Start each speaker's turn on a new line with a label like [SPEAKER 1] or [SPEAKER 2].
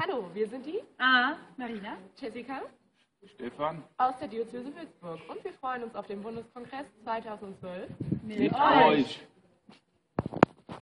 [SPEAKER 1] Hallo, wir sind die
[SPEAKER 2] Ah, Marina.
[SPEAKER 1] Jessica
[SPEAKER 3] Stefan?
[SPEAKER 1] aus der Diözese Würzburg und wir freuen uns auf den Bundeskongress 2012.
[SPEAKER 3] Mit
[SPEAKER 2] euch.
[SPEAKER 3] euch.